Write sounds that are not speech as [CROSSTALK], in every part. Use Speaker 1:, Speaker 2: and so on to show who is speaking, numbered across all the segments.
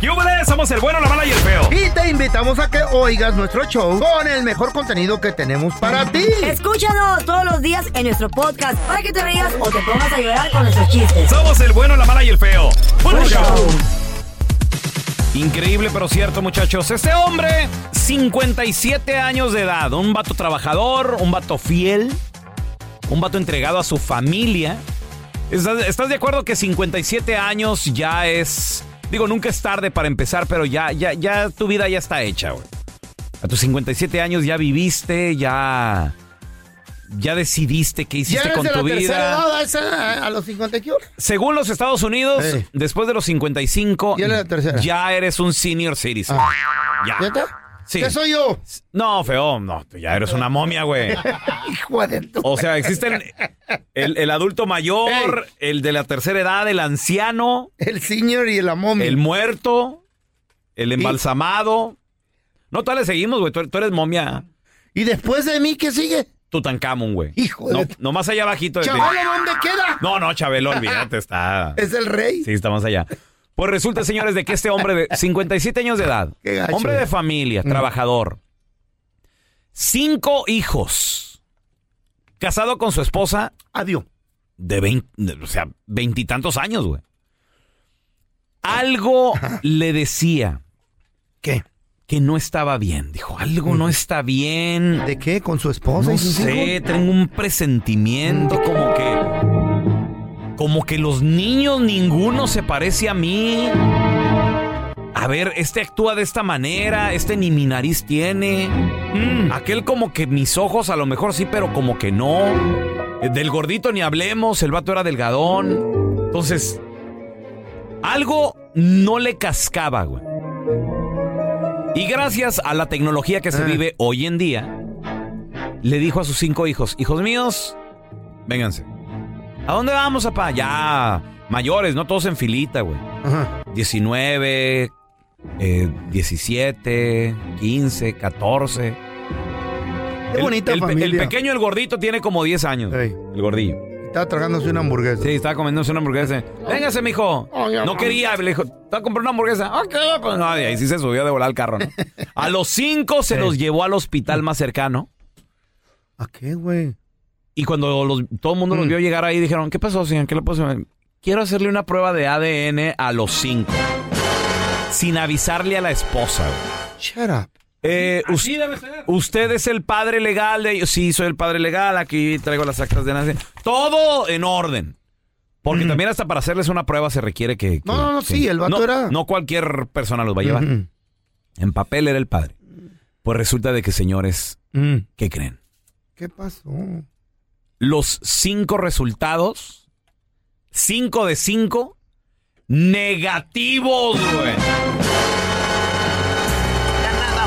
Speaker 1: ¡Yúbele! Somos el bueno, la mala y el feo.
Speaker 2: Y te invitamos a que oigas nuestro show con el mejor contenido que tenemos para ti.
Speaker 3: Escúchanos todos los días en nuestro podcast para que te rías o te pongas a llorar con nuestros chistes.
Speaker 1: Somos el bueno, la mala y el feo. ¡Puro show! Increíble pero cierto, muchachos. Este hombre, 57 años de edad, un vato trabajador, un vato fiel, un vato entregado a su familia. ¿Estás, estás de acuerdo que 57 años ya es... Digo, nunca es tarde para empezar, pero ya, ya, ya tu vida ya está hecha, güey. A tus 57 años ya viviste, ya... Ya decidiste qué
Speaker 2: Ya
Speaker 1: hiciste
Speaker 2: eres
Speaker 1: con
Speaker 2: de
Speaker 1: tu
Speaker 2: la tercera
Speaker 1: vida.
Speaker 2: edad a, esa- a los 51.
Speaker 1: Según los Estados Unidos,
Speaker 2: Ey.
Speaker 1: después de los 55,
Speaker 2: Ya era la tercera.
Speaker 1: ya eres un senior citizen.
Speaker 2: Ah.
Speaker 1: Ya.
Speaker 2: ¿Ya está?
Speaker 1: Sí.
Speaker 2: ¿Qué soy yo?
Speaker 1: No, feo, no, tú ya eres una momia, güey.
Speaker 2: Hijo de tu-
Speaker 1: O sea, existen el, el adulto mayor, el de la tercera edad, el anciano,
Speaker 2: El senior y la momia.
Speaker 1: el muerto, el embalsamado. No, todavía le seguimos, güey. Tú, tú eres momia
Speaker 2: ¿Y después de mí qué sigue?
Speaker 1: Tutankamón, güey.
Speaker 2: Hijo
Speaker 1: no,
Speaker 2: de-
Speaker 1: no más allá abajito. de ti.
Speaker 2: Chaval, ¿dónde queda?
Speaker 1: No, no, Chabelo, olvídate, está...
Speaker 2: Es el rey.
Speaker 1: Sí, estamos allá. Pues resulta, señores, de que este hombre de 57 años de edad,
Speaker 2: Qué gacho, Mm.
Speaker 1: hombre de
Speaker 2: güey.
Speaker 1: familia, trabajador, cinco hijos, casado con su esposa
Speaker 2: Adiós.
Speaker 1: de 20, o sea, veintitantos años, güey. Algo le decía
Speaker 2: ¿Qué?
Speaker 1: que no estaba bien. Dijo, algo
Speaker 2: Mm.
Speaker 1: no está bien.
Speaker 2: ¿De qué? ¿Con su esposa
Speaker 1: No
Speaker 2: y sus
Speaker 1: sé,
Speaker 2: hijos?
Speaker 1: tengo un presentimiento como que... Como que los niños ninguno se parece a mí. A ver, este actúa de esta manera, este ni mi nariz tiene. Mm, aquel como que mis ojos a lo mejor sí, pero como que no. Eh, Del gordito ni hablemos, el vato era delgadón. Entonces, algo no le cascaba, güey. Y gracias a la tecnología que se
Speaker 2: Ah.
Speaker 1: vive hoy en día, le dijo a sus cinco hijos, hijos míos, vénganse. ¿A dónde vamos, papá? Ya, mayores, no todos en filita, güey.
Speaker 2: Ajá.
Speaker 1: 19, eh, 17, 15, 14.
Speaker 2: Qué
Speaker 1: El-
Speaker 2: bonita
Speaker 1: el, pe-
Speaker 2: familia.
Speaker 1: El pequeño, el gordito, tiene como 10 años.
Speaker 2: Ey.
Speaker 1: El gordillo.
Speaker 2: Estaba tragándose una hamburguesa.
Speaker 1: Sí, estaba comiéndose una hamburguesa. Véngase, mijo. No quería, le dijo, te voy a comprar una hamburguesa. Ok, pues no, y ahí sí se subió de volar al
Speaker 2: [LAUGHS]
Speaker 1: carro. ¿no? A los cinco se
Speaker 2: Sí.
Speaker 1: los llevó al hospital más cercano.
Speaker 2: ¿A qué, güey?
Speaker 1: Y cuando los- todo el mundo los
Speaker 2: Mm.
Speaker 1: vio llegar ahí, dijeron, ¿qué pasó, señor? ¿Qué le pasó? Quiero hacerle una prueba de ADN a los cinco. Sin avisarle a la esposa. güey.
Speaker 2: Shut up.
Speaker 1: Eh, us- Usted es el padre legal de ellos. Sí, soy el padre legal. Aquí traigo las actas de nacimiento. Todo en orden. Porque también hasta para hacerles una prueba se requiere que... que-
Speaker 2: No, no, no,
Speaker 1: que-
Speaker 2: sí, el vato
Speaker 1: no,
Speaker 2: era-
Speaker 1: No cualquier persona los va a llevar.
Speaker 2: Ujú.
Speaker 1: En papel era el padre. Pues resulta de que, señores,
Speaker 2: Mm.
Speaker 1: ¿qué creen?
Speaker 2: ¿Qué pasó?
Speaker 1: Los cinco resultados, cinco de cinco, negativos, güey.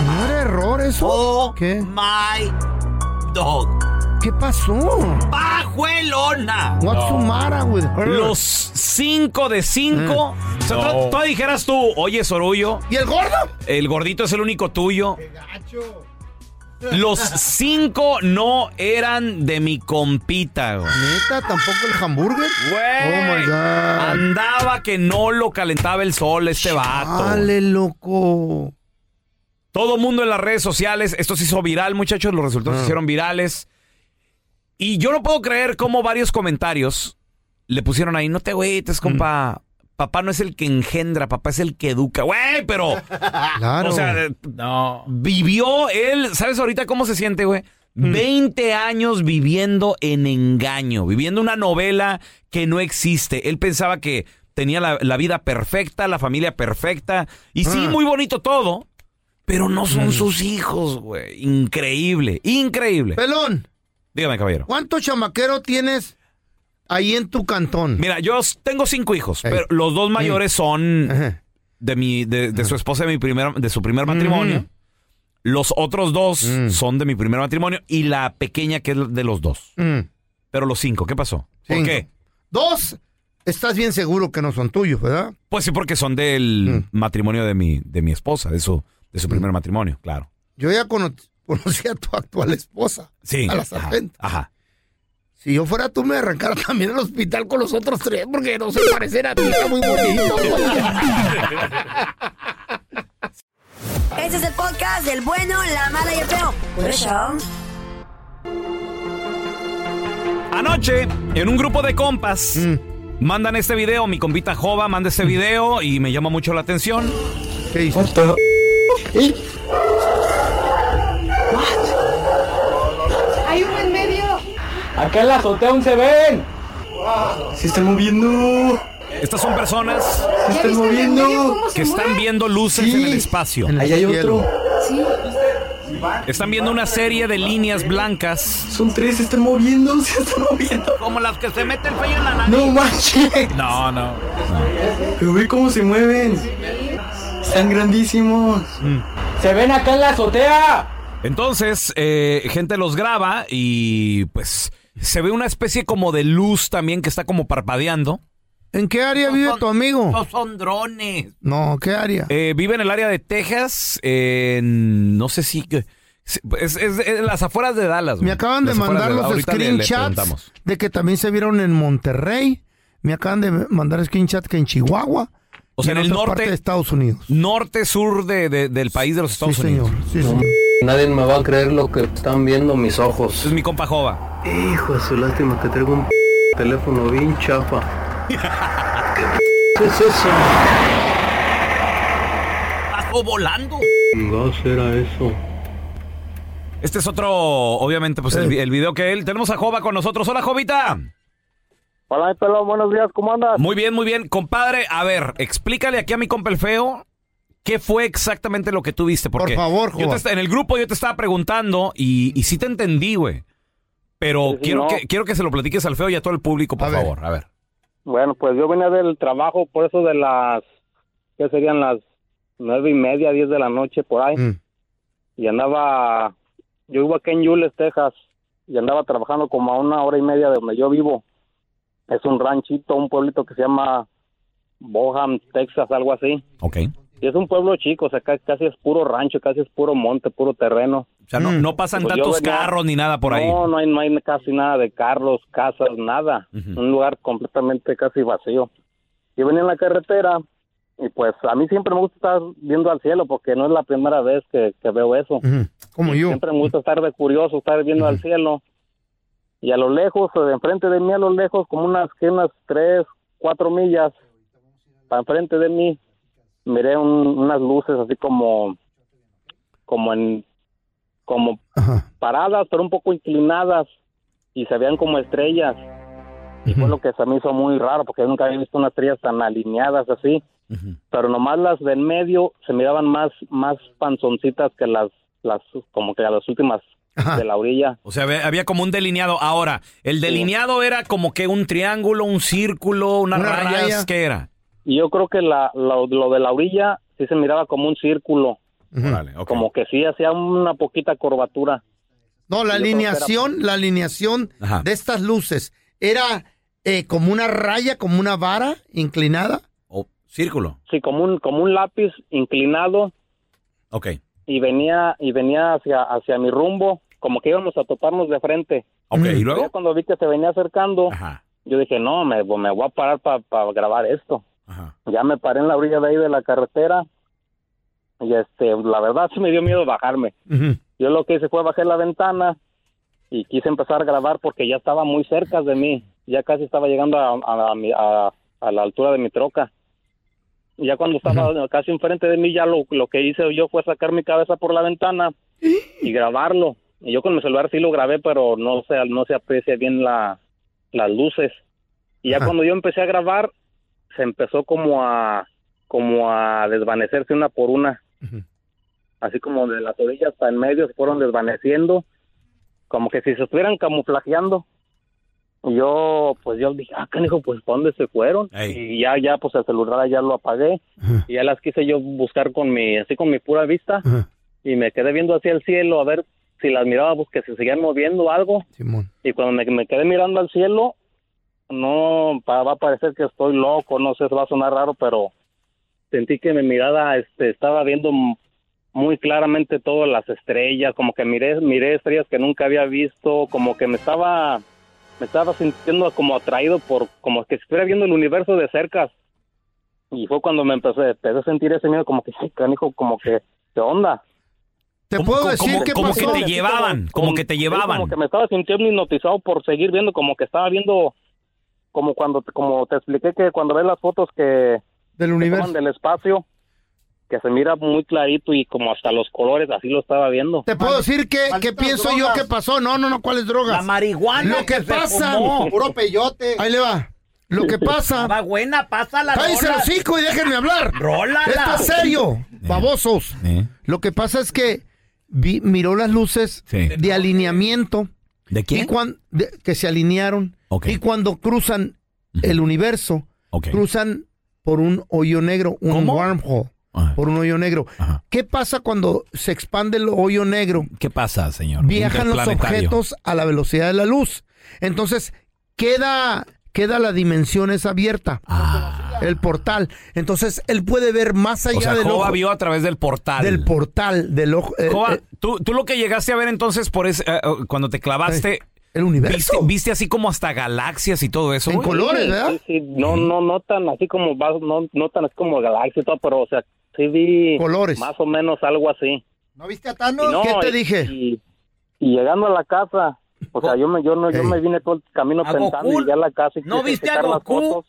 Speaker 2: ¿No era error eso?
Speaker 1: Oh,
Speaker 2: ¿Qué?
Speaker 1: my dog.
Speaker 2: ¿Qué pasó?
Speaker 1: Pajuelona.
Speaker 2: What's the matter with her?
Speaker 1: Los 5 de 5.
Speaker 2: Mm.
Speaker 1: O sea, tú- tú dijeras tú, oye, Sorullo,
Speaker 2: ¿Y el gordo?
Speaker 1: el gordito es el único tuyo. Los 5 no eran de mi compita, güey.
Speaker 2: Neta, tampoco el hamburger. Oh my
Speaker 1: Güey,
Speaker 2: God.
Speaker 1: Andaba que no lo calentaba el sol este vato.
Speaker 2: Dale, loco.
Speaker 1: Todo mundo en las redes sociales, esto se hizo viral, muchachos, los resultados se hicieron virales. Y yo no puedo creer cómo varios comentarios le pusieron ahí, no te agüites, compa. Papá no es el que engendra, papá es el que educa. Güey, pero,
Speaker 2: Claro.
Speaker 1: Ah, o sea, vivió él, ¿sabes ahorita cómo se siente, güey?
Speaker 2: Mm.
Speaker 1: 20 años viviendo en engaño, viviendo una novela que no existe. Él pensaba que tenía la, la vida perfecta, la familia perfecta, y sí,
Speaker 2: Ah. Mm.
Speaker 1: muy bonito todo, pero no son sus hijos, güey. Increíble, increíble.
Speaker 2: Pelón,
Speaker 1: Dígame, caballero.
Speaker 2: ¿cuántos chamaqueros tienes ahí en tu cantón?
Speaker 1: Mira, yo s- tengo cinco hijos,
Speaker 2: Ey.
Speaker 1: pero los dos mayores son
Speaker 2: Ajá.
Speaker 1: de mi, de, de su esposa de mi primer, de su primer matrimonio. Los otros dos
Speaker 2: Mm.
Speaker 1: son de mi primer matrimonio y la pequeña que es de los dos.
Speaker 2: Mm.
Speaker 1: Pero los cinco, ¿qué pasó? ¿Por
Speaker 2: Cinco.
Speaker 1: qué?
Speaker 2: Dos, estás bien seguro que no son tuyos, ¿verdad?
Speaker 1: Pues sí, porque son del
Speaker 2: Mm.
Speaker 1: matrimonio de mi, de mi esposa, de su, de su primer matrimonio, claro.
Speaker 2: Yo ya cono- conocí a tu actual esposa.
Speaker 1: Sí.
Speaker 2: A la
Speaker 1: ajá,
Speaker 2: sargento.
Speaker 1: ajá.
Speaker 2: Si yo fuera tú, me arrancara también al
Speaker 1: [LAUGHS]
Speaker 2: hospital con los otros tres, porque no se parecen a ti, está muy bonito.
Speaker 3: Este del bueno, la mala y el feo. Por eso.
Speaker 1: Anoche, en un grupo de compas,
Speaker 2: Mm.
Speaker 1: mandan este video. Mi compita Jova manda este video y me llama mucho la atención.
Speaker 2: ¿Qué dice?
Speaker 4: Hay uno en medio.
Speaker 5: Acá en la azotea aún se ven. Se están moviendo.
Speaker 1: Estas son personas
Speaker 5: Se
Speaker 4: ¿Ya
Speaker 5: están
Speaker 4: viste el medio
Speaker 5: moviendo.
Speaker 4: cómo se
Speaker 1: que están
Speaker 4: mueve?
Speaker 1: viendo luces
Speaker 5: Sí.
Speaker 1: en el espacio.
Speaker 2: En el
Speaker 5: Ahí hay
Speaker 2: cielo.
Speaker 5: otro.
Speaker 4: Sí.
Speaker 1: Están viendo una serie de líneas blancas.
Speaker 5: Son tres, se están moviendo, [LAUGHS] se están moviendo.
Speaker 1: Como las que se mete el feo en la nariz.
Speaker 5: No manches.
Speaker 1: No, no.
Speaker 5: Pero ve cómo se mueven. Están grandísimos. Se ven acá en la azotea.
Speaker 1: Entonces, eh, gente los graba y pues se ve una especie como de luz también que está como parpadeando.
Speaker 2: ¿En qué área vive tu amigo?
Speaker 1: son Eh, drones.
Speaker 2: No, ¿qué área?
Speaker 1: vive en el área de Texas, en- no sé si... que- Es, es- es en las afueras de Dallas. güey.
Speaker 2: Me acaban de
Speaker 1: Las afueras
Speaker 2: mandar
Speaker 1: de-
Speaker 2: los
Speaker 1: ahorita le- le
Speaker 2: screenshots
Speaker 1: preguntamos.
Speaker 2: de que también se vieron en Monterrey. Me acaban de mandar screenshots que en Chihuahua.
Speaker 1: O sea,
Speaker 2: y
Speaker 1: en el
Speaker 2: otra
Speaker 1: norte-
Speaker 2: parte de Estados Unidos.
Speaker 1: Norte, sur de- de- del país de los Estados
Speaker 2: sí,
Speaker 1: Unidos.
Speaker 2: señor. Sí, señor.
Speaker 6: Nadie me va a creer lo que están viendo mis ojos.
Speaker 1: Es mi compa Jova.
Speaker 6: Hijo de su lástima que traigo un p- teléfono bien chapa. ¿Qué p- es eso?
Speaker 1: volando.
Speaker 6: ¿Qué será eso?
Speaker 1: Este es otro, obviamente, pues el, vi- el video que él. Tenemos a Jova con nosotros. Hola, Jovita.
Speaker 7: Hola, mi pelón, buenos días, ¿cómo andas?
Speaker 1: Muy bien, muy bien. Compadre, a ver, explícale aquí a mi compa el feo qué fue exactamente lo que tú viste. Porque
Speaker 2: Por favor,
Speaker 1: yo te
Speaker 2: Jova.
Speaker 1: est- En el grupo yo te estaba preguntando y, y sí te entendí, güey. Pero
Speaker 7: Sí, sí,
Speaker 1: quiero,
Speaker 7: no.
Speaker 1: que, quiero que se lo platiques al feo y a todo el público, por
Speaker 2: A ver.
Speaker 1: favor. A ver.
Speaker 7: Bueno, pues yo venía del trabajo, por eso de las, ¿qué serían las nueve y media, diez de la noche por ahí?
Speaker 2: Mm.
Speaker 7: Y andaba, yo vivo aquí en Yules, Texas, y andaba trabajando como a una hora y media de donde yo vivo. Es un ranchito, un pueblito que se llama Boham, Texas, algo así.
Speaker 1: Ok.
Speaker 7: Y es un pueblo chico, o sea, ca- casi es puro rancho, casi es puro monte, puro terreno.
Speaker 1: O sea, no,
Speaker 2: Mm.
Speaker 1: no pasan
Speaker 7: Pues yo
Speaker 1: tantos
Speaker 7: venía-
Speaker 1: carros ni nada por ahí.
Speaker 7: No, no hay, no hay casi nada de carros, casas, nada.
Speaker 1: Ujú.
Speaker 7: Un lugar completamente casi vacío. Yo venía en la carretera y pues a mí siempre me gusta estar viendo al cielo porque no es la primera vez que, que veo eso.
Speaker 2: Ujú. Como yo.
Speaker 7: Siempre me gusta estar de curioso, estar viendo al cielo. Y a lo lejos, o de enfrente de mí, a lo lejos, como unas, que unas tres, cuatro millas, para enfrente de mí, miré un- unas luces así como, como en, como
Speaker 2: Ajá.
Speaker 7: paradas, pero un poco inclinadas y se veían como estrellas. Y fue lo que se me hizo muy raro, porque yo nunca había visto unas estrellas tan alineadas así.
Speaker 1: Ujú.
Speaker 7: Pero nomás las del medio se miraban más, más panzoncitas que las, las como que a las últimas
Speaker 2: Ajá.
Speaker 7: de la orilla.
Speaker 1: O sea, había- había como un delineado. Ahora, el delineado era como que un triángulo, un círculo, unas
Speaker 2: Una
Speaker 1: rayas.
Speaker 2: raya.
Speaker 1: ¿Qué era?
Speaker 7: Y yo creo que la, lo, lo de la orilla sí se miraba como un círculo,
Speaker 2: Ujú.
Speaker 1: Órale, ok.
Speaker 7: como que sí hacía una poquita curvatura.
Speaker 2: No, la
Speaker 7: Yo creo que era-
Speaker 2: alineación, la alineación
Speaker 1: Ajá.
Speaker 2: de estas luces era eh, como una raya, como una vara inclinada.
Speaker 1: Oh, círculo.
Speaker 7: Sí, como un, como un lápiz inclinado
Speaker 1: Ok.
Speaker 7: y venía, y venía hacia, hacia mi rumbo, como que íbamos a toparnos de frente.
Speaker 1: Ok,
Speaker 2: Mm.
Speaker 1: ¿y
Speaker 7: Ya
Speaker 1: luego?
Speaker 7: cuando vi que se venía acercando,
Speaker 1: Ajá,
Speaker 7: yo dije, no, me, pues, me voy a parar para grabar esto.
Speaker 1: ajá.
Speaker 7: Ya me paré en la orilla de ahí de la carretera y este, la verdad sí me dio miedo bajarme.
Speaker 2: Ujú.
Speaker 7: Yo lo que hice fue bajé la ventana y quise empezar a grabar porque ya estaba muy cerca de mí. Ya casi estaba llegando a, a- a mi- a- a la altura de mi troca. Y ya cuando estaba casi enfrente de mí, ya lo, lo que hice yo fue sacar mi cabeza por la ventana y grabarlo. Y yo con mi celular sí lo grabé, pero no se, no se aprecia bien la, las luces. Y ya
Speaker 2: Ajá.
Speaker 7: cuando yo empecé a grabar, se empezó como a, como a desvanecerse una por una así como de las orillas hasta en medio, se fueron desvaneciendo, como que si se estuvieran camuflajeando. Y yo, pues yo dije, ah, canijo, pues ¿para dónde se fueron?
Speaker 1: Ey.
Speaker 7: Y ya, ya, pues el celular ya lo apagué,
Speaker 2: Ajá.
Speaker 7: y ya las quise yo buscar con mi, así con mi pura vista,
Speaker 2: Ajá.
Speaker 7: y me quedé viendo hacia el cielo a ver si las miraba, pues que se seguían moviendo o algo,
Speaker 2: Simón.
Speaker 7: y cuando me, me quedé mirando al cielo, no, pa- va a parecer que estoy loco, no sé, va a sonar raro, pero sentí que mi mirada este, estaba viendo m- muy claramente todas las estrellas, como que miré, miré estrellas que nunca había visto, como que me estaba, me estaba sintiendo como atraído por, como que estuviera viendo el universo de cerca. Y fue cuando me empecé, empecé a sentir ese miedo, como que, "Ay, canijo, como que, ¿qué onda?
Speaker 2: ¿Te
Speaker 1: Como-
Speaker 2: puedo
Speaker 1: como-
Speaker 2: decir
Speaker 1: como-
Speaker 2: qué
Speaker 1: como que
Speaker 2: pasó?
Speaker 1: te llevaban, como que te llevaban.
Speaker 7: Como que me estaba sintiendo hipnotizado por seguir viendo, como que estaba viendo, como cuando, como te expliqué que cuando ves las fotos que
Speaker 2: Del
Speaker 7: que toman
Speaker 2: universo.
Speaker 7: del espacio, que se mira muy clarito y como hasta los colores, así lo estaba viendo.
Speaker 2: Te puedo decir que,
Speaker 8: Malditas
Speaker 2: que pienso yo
Speaker 8: drogas.
Speaker 2: que pasó. No, no, no, ¿cuáles drogas?
Speaker 8: La marihuana.
Speaker 2: Lo que
Speaker 8: se
Speaker 2: pasa.
Speaker 8: fumó, Puro peyote.
Speaker 2: Ahí le va. Lo que pasa.
Speaker 8: Va buena, pasa la
Speaker 2: ¡Cállense los hocico y déjenme hablar!
Speaker 8: Róla.
Speaker 2: ¡Esto es serio! ¡Babosos!
Speaker 1: ¿Eh?
Speaker 2: Lo que pasa es que vi- miró las luces
Speaker 1: Sí.
Speaker 2: de alineamiento
Speaker 1: ¿De
Speaker 2: y cuan- de- que se alinearon.
Speaker 1: Ok.
Speaker 2: Y cuando cruzan
Speaker 1: Ujú.
Speaker 2: el universo,
Speaker 1: Ok.
Speaker 2: cruzan por un hoyo negro, un
Speaker 1: ¿Cómo?
Speaker 2: wormhole,
Speaker 1: Ajá.
Speaker 2: por un hoyo negro.
Speaker 1: Ah, Ajá.
Speaker 2: ¿Qué pasa cuando se expande el hoyo negro?
Speaker 1: ¿Qué pasa, señor?
Speaker 2: Viajan los
Speaker 1: Interplanetario.
Speaker 2: objetos a la velocidad de la luz. Entonces, queda, queda la dimensión es abierta.
Speaker 1: Ah.
Speaker 2: El portal. Entonces, él puede ver más allá
Speaker 1: O sea,
Speaker 2: del,
Speaker 1: Jova
Speaker 2: ojo-
Speaker 1: vio a través del portal.
Speaker 2: del portal, del ojo. eh,
Speaker 1: Jova,
Speaker 2: eh,
Speaker 1: tú, tú lo que llegaste a ver entonces por ese, eh, eh, cuando te clavaste,
Speaker 2: el universo.
Speaker 1: viste, viste así como hasta galaxias y todo eso.
Speaker 2: En
Speaker 1: güey?
Speaker 2: colores,
Speaker 7: Sí,
Speaker 2: ¿verdad?
Speaker 7: Sí, sí, no, no, no tan así como, vas- no, no tan así como galaxia y todo, pero o sea, sí vi
Speaker 2: Colores.
Speaker 7: más o menos algo así.
Speaker 8: ¿No viste a
Speaker 7: Y
Speaker 8: Thanos?
Speaker 7: no,
Speaker 2: ¿qué te
Speaker 7: y-
Speaker 2: dije? Oh.
Speaker 7: Y, y llegando a la casa, o sea, yo me, yo, no, yo
Speaker 2: Ey.
Speaker 7: me vine todo el camino
Speaker 8: ¿A
Speaker 7: pensando
Speaker 8: Goku?
Speaker 7: y llegué a la casa y
Speaker 8: ¿No
Speaker 7: quise
Speaker 8: viste a
Speaker 7: checar las
Speaker 8: Goku?
Speaker 7: fotos.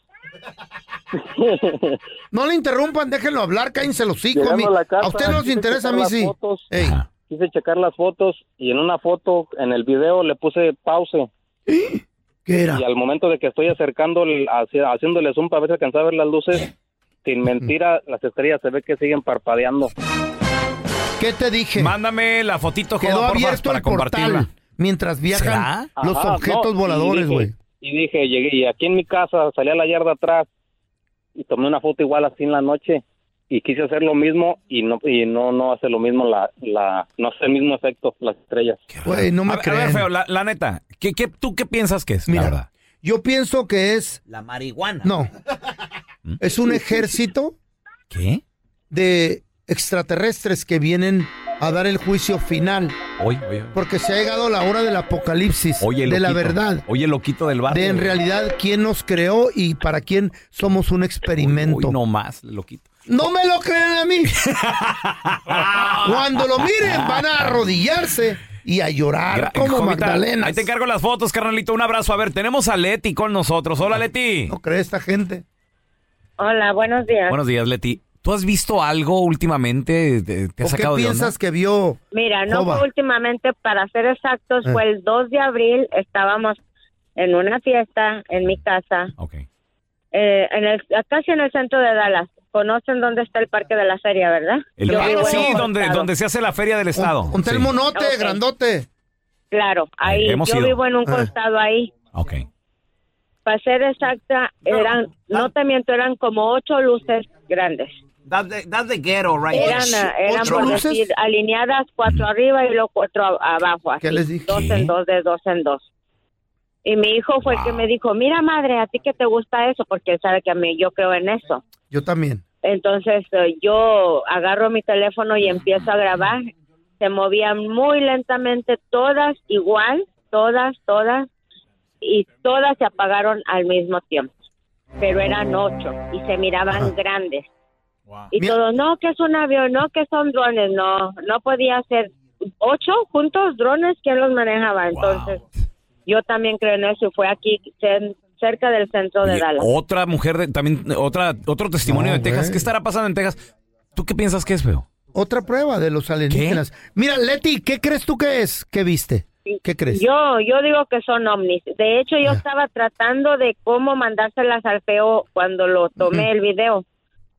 Speaker 2: No le interrumpan, déjenlo hablar, cállense los hocico. A, mí.
Speaker 7: Llegando a la casa,
Speaker 2: a usted no nos
Speaker 7: quise
Speaker 2: interesa, a
Speaker 7: checar
Speaker 2: mí
Speaker 7: las
Speaker 2: sí.
Speaker 7: fotos.
Speaker 2: Ey,
Speaker 1: Ajá.
Speaker 7: Quise checar las fotos y en una foto, en el video, le puse pause.
Speaker 2: ¿Qué era?
Speaker 7: Y al momento de que estoy acercando, el- hacia- haciéndole zoom para ver si alcanza a ver las luces, sin mentira, las estrellas se ve que siguen parpadeando.
Speaker 2: ¿Qué te dije?
Speaker 1: Mándame la fotito, Jova,
Speaker 2: Quedó
Speaker 1: porfas,
Speaker 2: abierto
Speaker 1: para
Speaker 2: el portal
Speaker 1: compartirla.
Speaker 2: mientras viajan
Speaker 1: ¿Será?
Speaker 2: los
Speaker 7: Ajá,
Speaker 2: objetos
Speaker 7: no, y
Speaker 2: voladores,
Speaker 7: dije-
Speaker 2: güey.
Speaker 7: Y dije, llegué y aquí en mi casa, salí a la yarda atrás y tomé una foto igual así en la noche y quise hacer lo mismo y no y no no hace lo mismo la, la no hace el mismo efecto las estrellas.
Speaker 2: Güey, no me
Speaker 1: a, ver, a ver,
Speaker 2: creen.
Speaker 1: feo, la, la neta, ¿qué, qué, tú qué piensas que es?
Speaker 2: Mira.
Speaker 1: la verdad.
Speaker 2: Yo pienso que es.
Speaker 8: La marihuana.
Speaker 2: No.
Speaker 1: ¿Mm?
Speaker 2: es un ejército
Speaker 1: ¿Qué?
Speaker 2: de extraterrestres que vienen a dar el juicio final.
Speaker 1: Oye, oye.
Speaker 2: Porque se ha llegado la hora del apocalipsis,
Speaker 1: Oye,
Speaker 2: de la
Speaker 1: loquito.
Speaker 2: verdad,
Speaker 1: Oye, loquito del barrio.
Speaker 2: de en realidad quién nos creó y para quién somos un experimento.
Speaker 1: Uy, no más, loquito.
Speaker 2: No me lo crean a mí. Cuando lo miren van a arrodillarse y a
Speaker 1: Gra-
Speaker 2: llorar como
Speaker 1: Jovita,
Speaker 2: Ah, Magdalena.
Speaker 1: Ahí te encargo las fotos, carnalito. Un abrazo. A ver, tenemos a Leti con nosotros. Hola, Leti.
Speaker 2: No cree esta gente.
Speaker 9: Hola, buenos días.
Speaker 1: Buenos días, Leti. ¿Tú has visto algo últimamente? ¿Te, te
Speaker 2: ¿O
Speaker 1: has
Speaker 2: qué
Speaker 1: sacado de onda?
Speaker 2: piensas que vio?
Speaker 9: Mira, no
Speaker 2: Jova.
Speaker 9: fue últimamente, para ser exactos,
Speaker 2: Eh.
Speaker 9: fue el 2 de abril, estábamos en una fiesta en mi casa,
Speaker 1: Ok.
Speaker 9: eh, en el, casi en el centro de Dallas. Conocen dónde está el Parque de la Feria, ¿verdad?
Speaker 1: El
Speaker 9: Yo
Speaker 1: parque,
Speaker 9: vivo en
Speaker 1: sí,
Speaker 9: otro
Speaker 1: donde,
Speaker 9: estado.
Speaker 1: donde se hace la feria del estado.
Speaker 2: Con, con
Speaker 1: Sí.
Speaker 2: tal monote,
Speaker 9: Ok.
Speaker 2: grandote.
Speaker 9: Claro, ahí.
Speaker 1: Eh, hemos
Speaker 9: Yo
Speaker 1: ido. Ah.
Speaker 9: vivo en un
Speaker 2: Eh.
Speaker 9: costado ahí.
Speaker 1: Ok.
Speaker 9: Para ser exacta, eran, no te miento, eran como ocho luces grandes.
Speaker 8: That's the, that's the ghetto, right?
Speaker 9: Eran,
Speaker 2: Ocho-
Speaker 9: ah, eran
Speaker 2: ocho
Speaker 9: por
Speaker 2: luces.
Speaker 9: decir, alineadas cuatro arriba y luego cuatro a- abajo. Así,
Speaker 2: ¿Qué les dije?
Speaker 9: Dos en dos, de dos en dos. Y mi hijo fue el que
Speaker 1: Wow.
Speaker 9: me dijo, mira madre, a ti que te gusta eso, porque él sabe que a mí yo creo en eso.
Speaker 2: Yo también.
Speaker 9: Entonces eh, yo agarro mi teléfono y empiezo a grabar. Se movían muy lentamente, todas igual, todas, todas, y todas se apagaron al mismo tiempo. Pero eran ocho y se miraban
Speaker 2: Ajá.
Speaker 9: grandes.
Speaker 8: Wow.
Speaker 9: Y
Speaker 2: Mira-
Speaker 9: todo, no, que es un avión, no, que son drones, no, no podía ser ocho juntos drones, ¿quién los manejaba? Entonces, yo también creo en eso y fue aquí, cen- cerca del centro de
Speaker 1: Oye,
Speaker 9: Dallas.
Speaker 1: otra mujer, de- también otra, otro testimonio
Speaker 2: No,
Speaker 1: de Texas.
Speaker 2: güey.
Speaker 1: ¿Qué estará pasando en Texas? ¿Tú qué piensas que es, feo?
Speaker 2: Otra prueba de los alienígenas. Mira, Leti, ¿qué crees tú que es? ¿Qué viste? ¿Qué crees?
Speaker 9: Yo, yo digo que son ovnis. De hecho, yo
Speaker 2: Ah.
Speaker 9: estaba tratando de cómo mandárselas al feo cuando lo tomé el video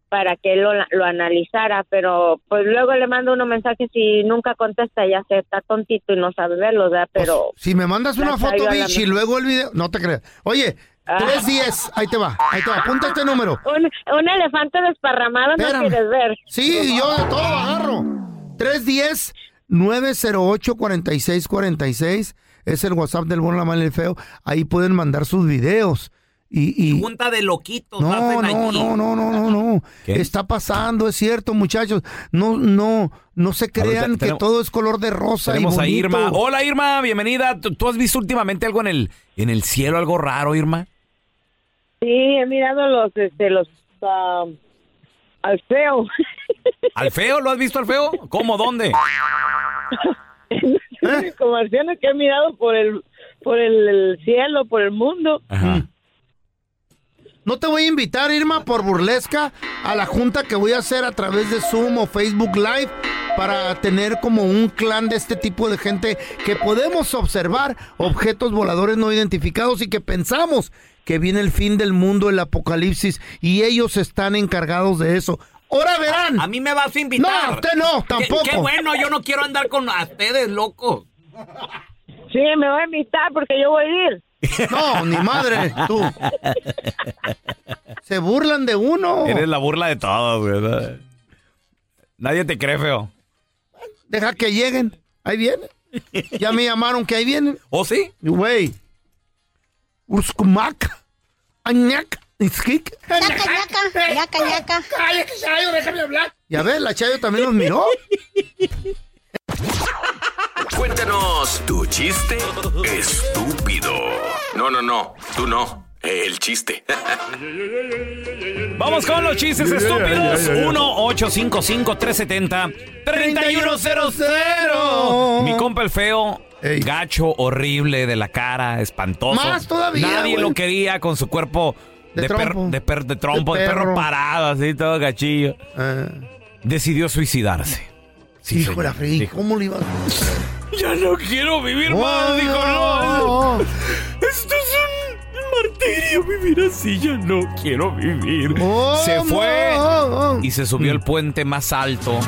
Speaker 9: para que él lo, lo analizara, pero pues luego le mando unos mensajes y nunca contesta, ya se está tontito y no sabe verlo, ¿verdad?
Speaker 2: Pues,
Speaker 9: Pero
Speaker 2: si me mandas una
Speaker 9: la
Speaker 2: foto,
Speaker 9: traigo a la
Speaker 2: bichi, y
Speaker 9: mesa.
Speaker 2: luego el video. No te creas. Oye,
Speaker 9: Ah.
Speaker 2: 310. Ahí te va. Ahí te va. Apunta este número.
Speaker 9: un, un elefante desparramado
Speaker 2: Espérame.
Speaker 9: no quieres ver.
Speaker 2: Sí, yo de todo agarro. 310 908 4646 es el WhatsApp del Bueno, la Mala y el Feo. Ahí pueden mandar sus videos. Y, y-
Speaker 8: Junta de loquitos.
Speaker 2: No,
Speaker 8: hacen
Speaker 2: no,
Speaker 8: allí.
Speaker 2: no, no, no, no, no.
Speaker 1: ¿Qué?
Speaker 2: Está pasando, es cierto, muchachos. No, no, no se
Speaker 1: te-
Speaker 2: crean que
Speaker 1: tenemos-
Speaker 2: todo es color de rosa. y
Speaker 1: Tenemos a
Speaker 2: bonito.
Speaker 1: Irma. Hola, Irma, bienvenida. ¿Tú, tú has visto últimamente algo en el, en el cielo, algo raro, Irma?
Speaker 9: Sí, he mirado los, este, los, um, al feo.
Speaker 1: ¿Al feo? ¿Lo has visto al feo? ¿Cómo? ¿Dónde?
Speaker 2: ¿Eh?
Speaker 9: [LAUGHS]
Speaker 10: único marciano que he mirado por el, por el, el cielo, por el mundo.
Speaker 2: No te voy a invitar, Irma, por burlesca a la junta que voy a hacer a través de Zoom o Facebook Live para tener como un clan de este tipo de gente que podemos observar objetos voladores no identificados y que pensamos que viene el fin del mundo, el apocalipsis, y ellos están encargados de eso. Ahora verán.
Speaker 8: A mí me vas a invitar.
Speaker 2: No, usted no,
Speaker 8: Qué-
Speaker 2: tampoco.
Speaker 8: Qué, bueno, yo no quiero andar con ustedes, loco.
Speaker 10: Sí, me voy a invitar porque yo voy a ir.
Speaker 2: No, ni madre, tú. Se burlan de uno.
Speaker 1: Eres la burla de todos, güey. Nadie te cree, feo.
Speaker 2: Deja que lleguen. Ahí vienen. Ya me llamaron que ahí vienen.
Speaker 1: ¿O sí?
Speaker 2: Güey. Urskumak. Añak. Iskik.
Speaker 11: Yaca, yaca, yaca, yaca. Cállate, Chayo, déjame hablar.
Speaker 2: Ya ves, la Chayo también nos miró.
Speaker 12: Cuéntanos tu chiste estúpido. No, no, no, tú no. El chiste. [LAUGHS]
Speaker 1: Vamos con los chistes
Speaker 12: Yeah, yeah,
Speaker 1: estúpidos.
Speaker 12: yeah, yeah.
Speaker 1: 1-855-370-3100. Mi compa el feo. Gacho, horrible, de la cara, espantoso.
Speaker 2: Más todavía,
Speaker 1: Nadie
Speaker 2: güey.
Speaker 1: lo quería con su cuerpo
Speaker 2: De
Speaker 1: de,
Speaker 2: trompo.
Speaker 1: per- de, per- de trompo,
Speaker 2: De
Speaker 1: de perro.
Speaker 2: perro.
Speaker 1: parado, así todo gachillo. Decidió suicidarse. Ah, Sí,
Speaker 2: Hijo de la
Speaker 1: señor,
Speaker 2: fregui,
Speaker 1: dijo.
Speaker 2: ¿cómo le iba a
Speaker 1: Ya no quiero vivir
Speaker 2: Oh,
Speaker 1: más, dijo,
Speaker 2: no.
Speaker 1: Esto es un martirio vivir así, ya no quiero vivir. se fue y se subió
Speaker 2: Mm.
Speaker 1: al puente más alto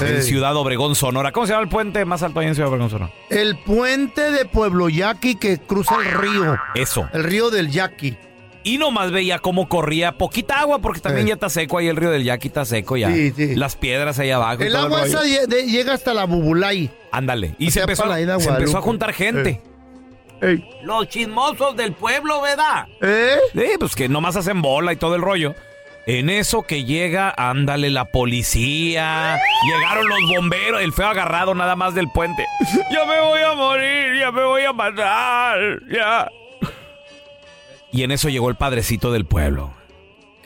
Speaker 1: en Ciudad Obregón, Sonora. ¿Cómo se llama el puente más alto ahí en Ciudad Obregón, Sonora?
Speaker 2: El puente de Pueblo Yaqui que cruza el río.
Speaker 1: Eso.
Speaker 2: El río del Yaqui.
Speaker 1: Y nomás veía cómo corría poquita agua, porque también ya está seco ahí el río del Yaqui, está seco ya.
Speaker 2: Sí, sí.
Speaker 1: Las piedras ahí abajo. y
Speaker 2: El
Speaker 1: todo
Speaker 2: agua
Speaker 1: rollo.
Speaker 2: esa lle- de- llega hasta la Bubulay.
Speaker 1: Ándale. Y se
Speaker 2: sea,
Speaker 1: empezó,
Speaker 2: para la ida a
Speaker 1: se empezó a
Speaker 2: Guadalupe.
Speaker 1: juntar gente.
Speaker 8: Los chismosos del pueblo, ¿verdad?
Speaker 2: ¿Eh?
Speaker 1: pues que nomás hacen bola y todo el rollo. En eso que llega, ándale la policía. Llegaron los bomberos, el feo agarrado nada más del
Speaker 2: [LAUGHS]
Speaker 1: puente. Yo me voy a morir, ya me voy a matar, ya. Y en eso llegó el padrecito del pueblo.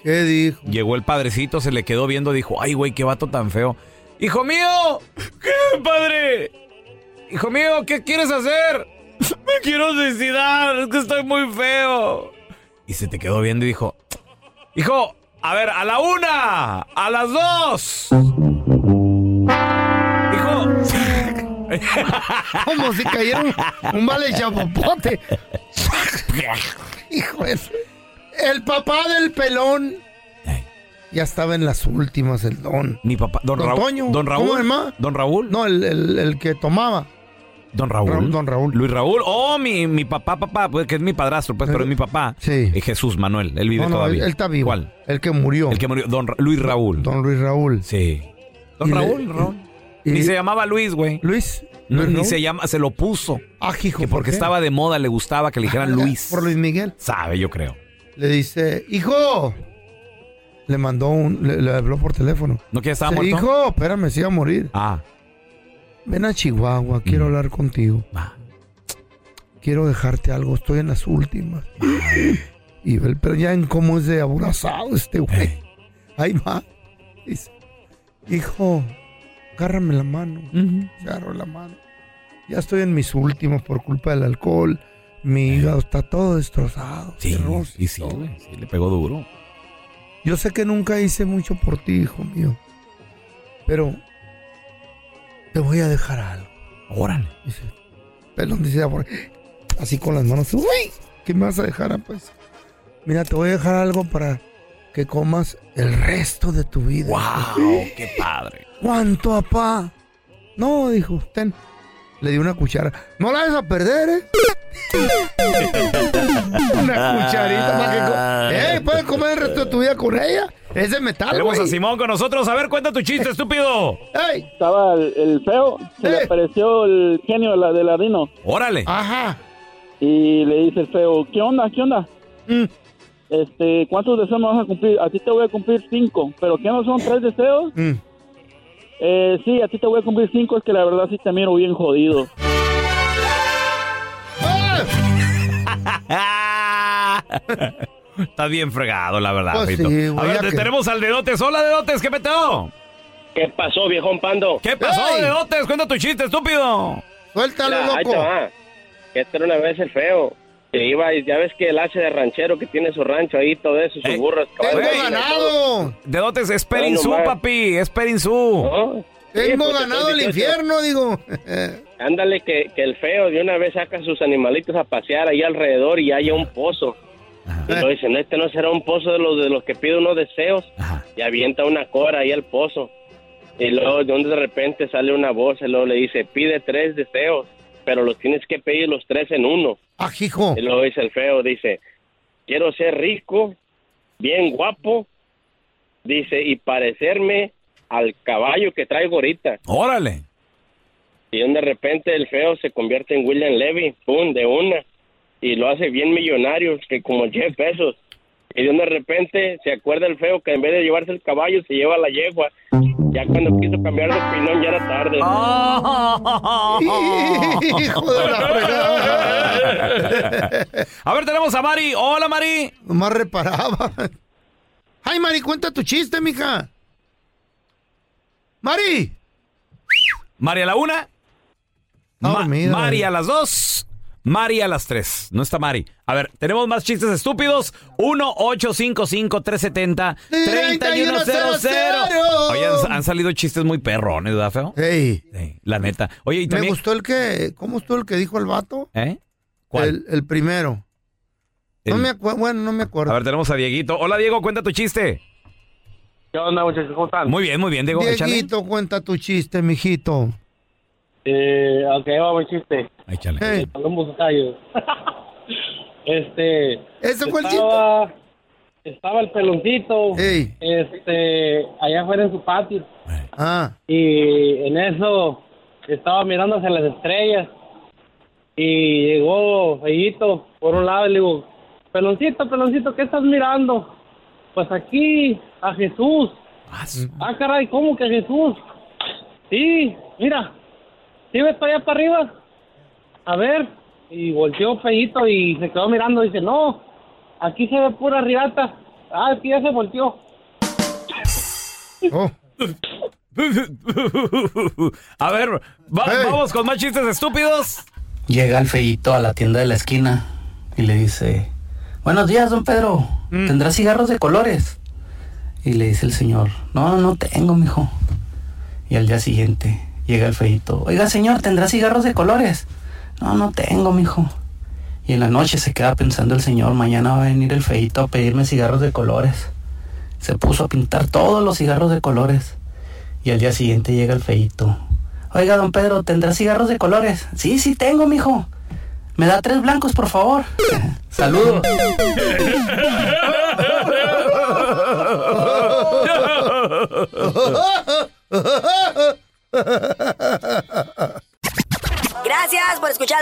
Speaker 2: ¿Qué dijo?
Speaker 1: Llegó el padrecito, se le quedó viendo, dijo, ay, güey, qué vato tan feo. Hijo mío, [LAUGHS] ¿qué, padre? Hijo mío, ¿qué quieres hacer? [LAUGHS] Me quiero suicidar, es que estoy muy feo. Y se te quedó viendo y dijo, hijo, a ver, a la una, a las dos.
Speaker 2: [LAUGHS] Como si cayera un, un vale chapopote. [LAUGHS] Hijo de- El papá del pelón. Ya estaba en las últimas el don.
Speaker 1: Mi papá, don, Raúl.
Speaker 2: Toño.
Speaker 1: Don Raúl.
Speaker 2: ¿Cómo se llama?
Speaker 1: Don Raúl.
Speaker 2: No, el, el- el que tomaba.
Speaker 1: Don Raúl.
Speaker 2: Don Raúl.
Speaker 1: Luis Raúl, oh, mi, mi papá, papá, pues, que es mi padrastro, pues, pero es mi papá. Sí. Jesús Manuel, él vive
Speaker 2: Eh, No, no,
Speaker 1: todavía.
Speaker 2: él- él está vivo.
Speaker 1: ¿Cuál?
Speaker 2: El que murió.
Speaker 1: El que murió, don Ra- Luis Raúl.
Speaker 2: Don Luis Raúl.
Speaker 1: Sí. Don
Speaker 2: Y le-
Speaker 1: Raúl, Raúl. Ni se llamaba Luis, güey.
Speaker 2: Luis.
Speaker 1: No,
Speaker 2: Luis
Speaker 1: ni
Speaker 2: Raúl.
Speaker 1: se llama, se lo puso.
Speaker 2: Ah, hijo.
Speaker 1: Que porque
Speaker 2: qué? Ah,
Speaker 1: estaba de moda, le gustaba que le dijeran Luis.
Speaker 2: Por Luis Miguel.
Speaker 1: Sabe, yo creo.
Speaker 2: Le dice, hijo. Le mandó un. Le, le habló por teléfono.
Speaker 1: ¿No que ya estaba
Speaker 2: Sí,
Speaker 1: muerto?
Speaker 2: Hijo, espérame, sí iba a morir.
Speaker 1: Ah.
Speaker 2: Ven a Chihuahua,
Speaker 1: Mm.
Speaker 2: quiero hablar contigo. Quiero dejarte algo, estoy en
Speaker 1: [LAUGHS]
Speaker 2: las últimas. y ve el pero ya en cómo es de abrazado este
Speaker 1: Eh.
Speaker 2: güey. Ahí va. Dice, hijo, agárrame la mano. Se agarró la mano. Ya estoy en mis últimas por culpa del alcohol. Mi hígado está todo destrozado.
Speaker 1: Eh. Sí, y sí, güey, sí, le pegó duro.
Speaker 2: Yo sé que nunca hice mucho por ti, hijo mío. Pero te voy a dejar algo.
Speaker 1: Órale.
Speaker 2: Dice, pelón dice, ya por- así con las manos. Uy, ¿qué me vas a dejar, ah, pues? Mira, te voy a dejar algo para que comas el resto de tu vida.
Speaker 1: ¡Wow! ¡Qué padre!
Speaker 2: ¿Cuánto, papá? No, dijo, ten. Le dio una cuchara. No la vas a perder, ¿eh? [LAUGHS] una cucharita para que...
Speaker 7: Ah.
Speaker 2: co- ¡Ey, puedes comer el resto de tu vida con ella! Es de metal,
Speaker 1: Tenemos
Speaker 2: güey. Eh.
Speaker 1: a Simón con nosotros. A ver, cuenta tu chiste, estúpido.
Speaker 13: Estaba el, el feo, se le apareció el genio de la, de ladino.
Speaker 1: Órale.
Speaker 2: Ajá.
Speaker 13: Y le dice el feo, ¿qué onda? ¿Qué onda?
Speaker 7: Mm.
Speaker 13: Este, ¿cuántos deseos me vas a cumplir? A ti te voy a cumplir cinco, pero ¿qué no son tres deseos?
Speaker 2: Mm.
Speaker 13: Eh, sí, a ti te voy a cumplir cinco, es que la verdad sí te miro bien jodido.
Speaker 2: Ah,
Speaker 1: [LAUGHS] Estás Ah. bien fregado, la verdad,
Speaker 13: Pues
Speaker 1: Feito.
Speaker 13: sí,
Speaker 1: A
Speaker 13: güey,
Speaker 1: ver,
Speaker 13: ya
Speaker 1: te
Speaker 13: que-
Speaker 1: tenemos al Dedotes. Hola, Dedotes, ¿qué peteo?
Speaker 14: ¿Qué pasó, viejón Pando?
Speaker 1: ¿Qué pasó, Dedotes? Cuenta tu chiste, estúpido.
Speaker 2: Suéltalo,
Speaker 7: Mira, ahí
Speaker 2: loco.
Speaker 7: te va. Que este era una vez el feo. Que iba y ya ves que el hace de ranchero que tiene su rancho ahí, todo eso, sus burros, caballos.
Speaker 1: ¿De dónde es? Es Perinsú,
Speaker 7: Bueno, ma-
Speaker 1: papi. Es Perinsú.
Speaker 7: Tengo ganado el infierno,
Speaker 2: digo. [LAUGHS]
Speaker 7: Ándale, que, que el feo de una vez saca sus animalitos a pasear ahí alrededor y haya un pozo. Y lo dicen, este no será un pozo de los de los que pide unos deseos. Y avienta una cora ahí al pozo. Y luego de donde de repente sale una voz y luego le dice, pide tres deseos, pero los tienes que pedir los tres en uno.
Speaker 2: Ajijo.
Speaker 7: Y luego dice el feo, dice, quiero ser rico, bien guapo, dice, y parecerme al caballo que traigo ahorita.
Speaker 1: Órale.
Speaker 13: [LAUGHS]
Speaker 7: Y de repente el feo se convierte en William Levy, pum, de una. Y lo hace bien millonario, que como 10 pesos. Y de repente se acuerda el feo que en vez de llevarse el caballo se lleva la yegua. Ya cuando quiso cambiar de opinión ya era tarde.
Speaker 2: [LAUGHS] Hijo de
Speaker 7: [LAUGHS]
Speaker 2: la fregada.
Speaker 1: A ver, tenemos a Mari. Hola, Mari.
Speaker 2: Nomás reparaba. [LAUGHS] Ay, Mari, cuenta tu chiste, mija. Mari.
Speaker 1: Mari a la una. Ma-
Speaker 2: dormida,
Speaker 1: Mari
Speaker 2: eh.
Speaker 1: a las dos. Mari a las tres. No está Mari. A ver, tenemos más chistes estúpidos. 1-855-370-3100. Oye, han, han salido chistes muy perrones, ¿verdad, feo? Sí, la neta. Oye, y
Speaker 2: Me
Speaker 1: también.
Speaker 2: gustó el que. ¿Cómo estuvo el que dijo el vato?
Speaker 1: ¿Eh? ¿Cuál?
Speaker 2: El, el primero. No
Speaker 1: El-
Speaker 2: me acuerdo. Bueno, no me acuerdo.
Speaker 1: A ver, tenemos a Dieguito. Hola, Diego, cuenta tu chiste.
Speaker 15: ¿Qué onda, muchachos? ¿Cómo están?
Speaker 1: Muy bien, muy bien, Diego. Échale.
Speaker 2: Dieguito, cuenta tu chiste, mijito.
Speaker 15: Eh, ok, va, buen chiste.
Speaker 1: Échale.
Speaker 15: Eh, Palomo
Speaker 2: [LAUGHS]
Speaker 15: Zacayo. este.
Speaker 2: ¿Ese fue el
Speaker 15: estaba, Estaba el peloncito. Este. Allá afuera en su patio.
Speaker 2: Ah.
Speaker 15: Y en eso estaba mirando hacia las estrellas. Y llegó Fellito por un lado y le digo: Peloncito, peloncito, ¿qué estás mirando? Pues aquí, a Jesús. Ah, caray, ¿cómo que Jesús? Sí, mira, ¿sí ves para allá para arriba? A ver, y volteó Feito y se quedó mirando y dice, no, aquí se ve pura riata. Ah, aquí ya se volteó.
Speaker 1: [LAUGHS]
Speaker 2: oh.
Speaker 1: A ver, va- vamos con más chistes estúpidos.
Speaker 16: Llega el feíto a la tienda de la esquina y le dice, buenos días, don Pedro, ¿tendrá cigarros de colores? Y le dice el señor, no, no tengo, mijo. Y al día siguiente llega el feíto, oiga, señor, ¿tendrá cigarros de colores? No, no tengo, mijo. Y en la noche se queda pensando el señor, mañana va a venir el feíto a pedirme cigarros de colores. Se puso a pintar todos los cigarros de colores. Y al día siguiente llega el feíto, Oiga, don Pedro, ¿tendrá cigarros de colores? Sí, sí tengo, mijo. ¿Me da tres blancos, por favor? [LAUGHS] Saludos.
Speaker 3: Gracias por escuchar